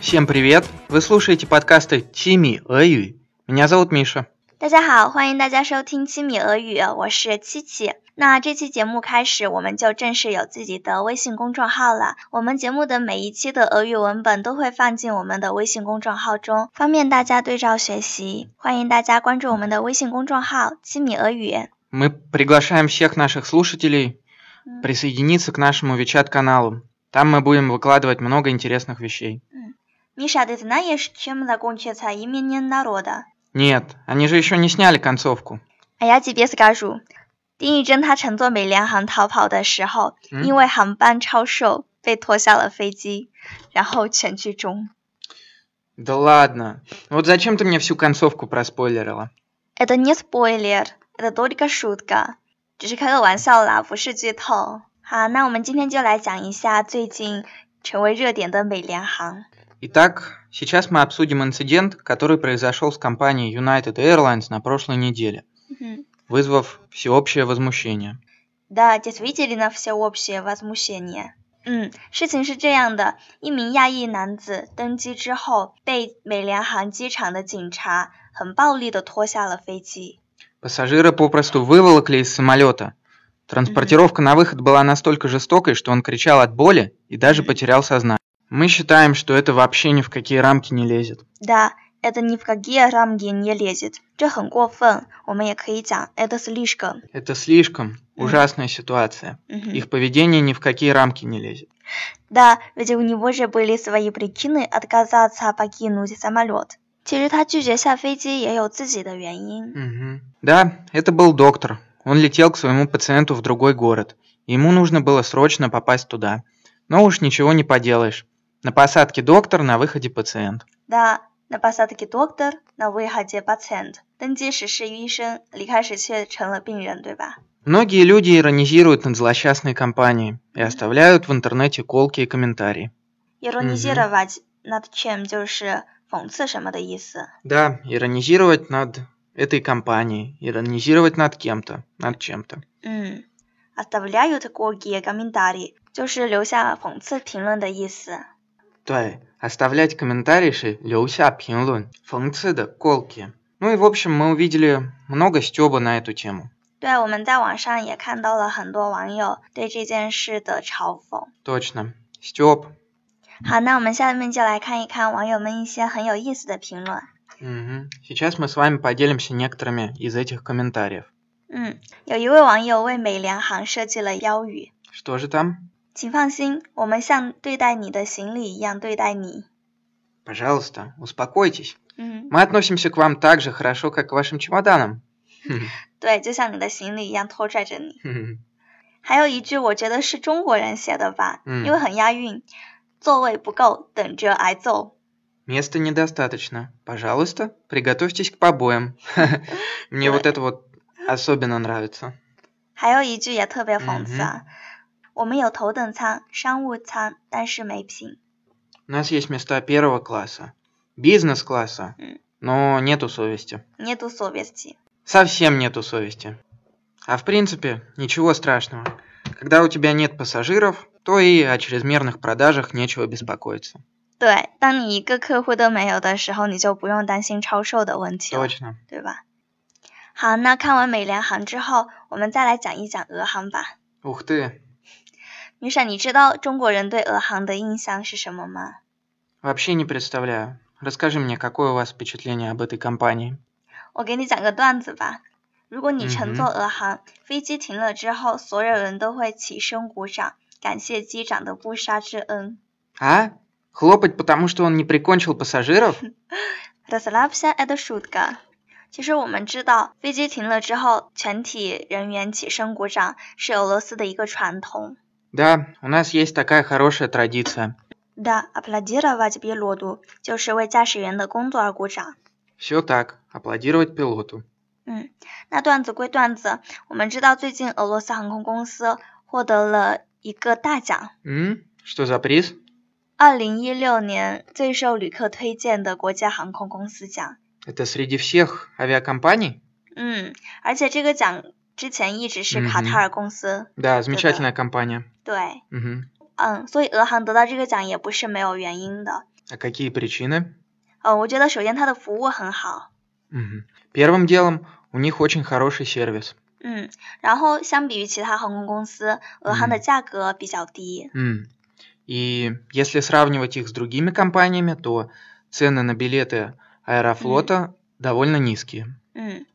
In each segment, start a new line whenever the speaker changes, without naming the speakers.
Всем привет! Вы слушаете подкасты Тими俄语. Меня зовут Миша.
大家好，欢迎大家收听七米俄语，我是七七。那这期节目开始，我们就正式有自己的微信公众号了。我们节目的每一期的俄语文本都会放进我们的微信公众号中，方便大家对照学习。欢迎大家关注我们的微信公众号“七米俄语
Мы приглашаем всех наших слушателей
Мгм.
присоединиться к нашему Вичат-каналу. Там мы будем выкладывать много интересных вещей. ”。
米莎的那也是全部的公缺才一面念到罗的。
Нет, они же еще не сняли концовку.
哎呀，级别斯嘎主。丁义珍他乘坐美联航逃跑的时候，
嗯
因为航班超售被拖下了飞机，然后全剧终。
Да ладно. Вот зачем ты мне всю концовку проспойлерила?
Это не спойлер, это только шутка，只是开个玩笑啦，不是剧透。好，那我们今天就来讲一下最近成为热点的美联航。
Итак, сейчас мы обсудим инцидент, который произошел с компанией United Airlines на прошлой неделе,
嗯
вызвав всеобщее возмущение.
Да, действительно всеобщее возмущение。嗯，事情是这样的，一名亚裔男子登机之后被美联航机场的警察很暴力的拖下了飞机。
Пассажира попросту выволокли из самолета. Транспортировка на выход была настолько жестокой, что он кричал от боли и даже
Мгм.
потерял сознание. Мы считаем, что это вообще ни в какие рамки не лезет.
Да, это ни в какие рамки не лезет，这很过分。我们也可以讲 это слишком。
Это слишком
Мгм.
ужасная ситуация.
嗯哼
Их поведение ни в какие рамки не лезет.
Да, ведь у него же были свои причины отказаться покинуть самолет. 其实他拒绝下飞机也有自己的原因。
Мгм. Да, это был доктор. Он летел к своему пациенту в другой город. Ему нужно было срочно попасть туда. Но уж ничего не поделаешь. На посадке доктор, на выходе пациент.
Да, на посадке доктор, на выходе пациент. 登机时是医生，离开时却成了病人，对吧？
Многие люди иронизируют над злосчастной компанией и оставляют в интернете колкие комментарии.
Иронизировать над чем 就是讽刺什么的意思。
Да, иронизировать над этой компанией, иронизировать над кем-то, над чем-то.
嗯，оставляют горькие комментарии 就是留下讽刺评论的意思。
Да, оставлять комментарии ши Леуся Пинлун, функцида, колки. Ну и в общем мы увидели много стеба на эту тему.
对，我们在网上也看到了很多网友对这件事的嘲讽。
Точно. Стёб.
好，那我们下面就来看一看网友们一些很有意思的评论。
Мгм. Сейчас мы с вами поделимся некоторыми из этих комментариев.
嗯，有一位网友为美联航设计了标语，
Что же там?
请放心，我们像对待你的行李一样对待你。
Пожалуйста, успокойтесь.
嗯，
Мы относимся к вам так же хорошо, как к вашим чемоданам.
对，就像你的行李一样拖拽着你。
Хм.
还有一句，我觉得是中国人写的吧，
嗯
因为很押韵。座位不够，等着挨揍。
Места недостаточно. Пожалуйста, приготовьтесь к побоям. Мне вот это вот особенно нравится.
还有一句也特别讽刺啊，我们有头等舱、商务舱，但是没品。
У нас есть места первого класса, бизнес-класса,
М.
но нету совести.
你也读索别斯基。
Совсем нету совести. А в принципе, ничего страшного. Когда у тебя нет пассажиров, то и о чрезмерных продажах нечего беспокоиться.
对，当你一个客户都没有的时候，你就不用担心超售的问题了，
Точно.
对吧？好，那看完美联航之后，我们再来讲一讲俄航吧。
Ух ты.
女闪，你知道中国人对俄航的印象是什么吗？
Вообще не представляю. Расскажи мне, какое у вас впечатление об этой компании?
我给你讲个段子吧。如果你乘坐俄航，飞机停了之后，所有人都会起身鼓掌，感谢机长的不杀之恩。
А? Хлопать, потому что он не прикончил пассажиров?
Расслабься, это шутка。其实我们知道，飞机停了之后，全体人员起身鼓掌是俄罗斯的一个传统。
Да, у нас есть такая хорошая традиция.
Да, аплодировать пилоту 就是为驾驶员的工作而鼓掌。
Все так, аплодировать пилоту.
嗯，那段子归段子，我们知道最近俄罗斯航空公司获得了一个大奖，
М? Что за приз?
二零一六年最受旅客推荐的国家航空公司奖。
Это среди всех авиакомпаний?
嗯，而且这个奖之前一直是卡
嗯哼
塔尔公司。
Да, замечательная компания.
对，
Мгм.
嗯，所以俄航得到这个奖也不是没有原因的。
А какие причины?
呃，我觉得首先它的服务很好，
Мгм. Первым делом, у них очень хороший сервис.
嗯，然后相比于其他航空公司，俄航的
嗯
价格比较低。
М. И если сравнивать их с другими компаниями, то цены на билеты Аэрофлота довольно низкие.
嗯，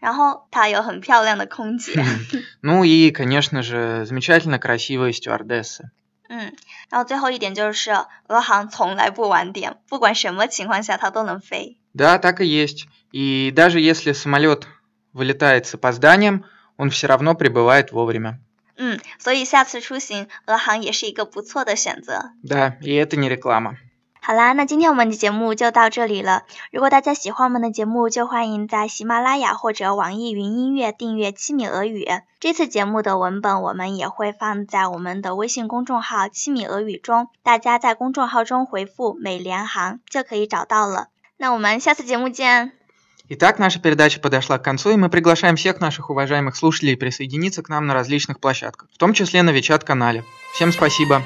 然后它有很漂亮的空姐，
Ну и, конечно же, замечательно красивые стюардессы.
嗯，然后最后一点就是俄航从来不晚点，不管什么情况下它都能飞。
Да, так и есть. И даже если самолет вылетает с опозданием, он все равно прибывает вовремя.
嗯，所以下次出行，俄航也是一个不错的选择。
Да, и это не реклама.
好啦，那今天我们的节目就到这里了。如果大家喜欢我们的节目，就欢迎在喜马拉雅或者网易云音乐订阅《七米俄语》。这次节目的文本我们也会放在我们的微信公众号“七米俄语”中，大家在公众号中回复“美联航”就可以找到了。那我们下次节目见。
Итак, наша передача подошла к концу, и мы приглашаем всех наших уважаемых слушателей присоединиться к нам на различных площадках, в том числе на Вичат-канале. Всем спасибо!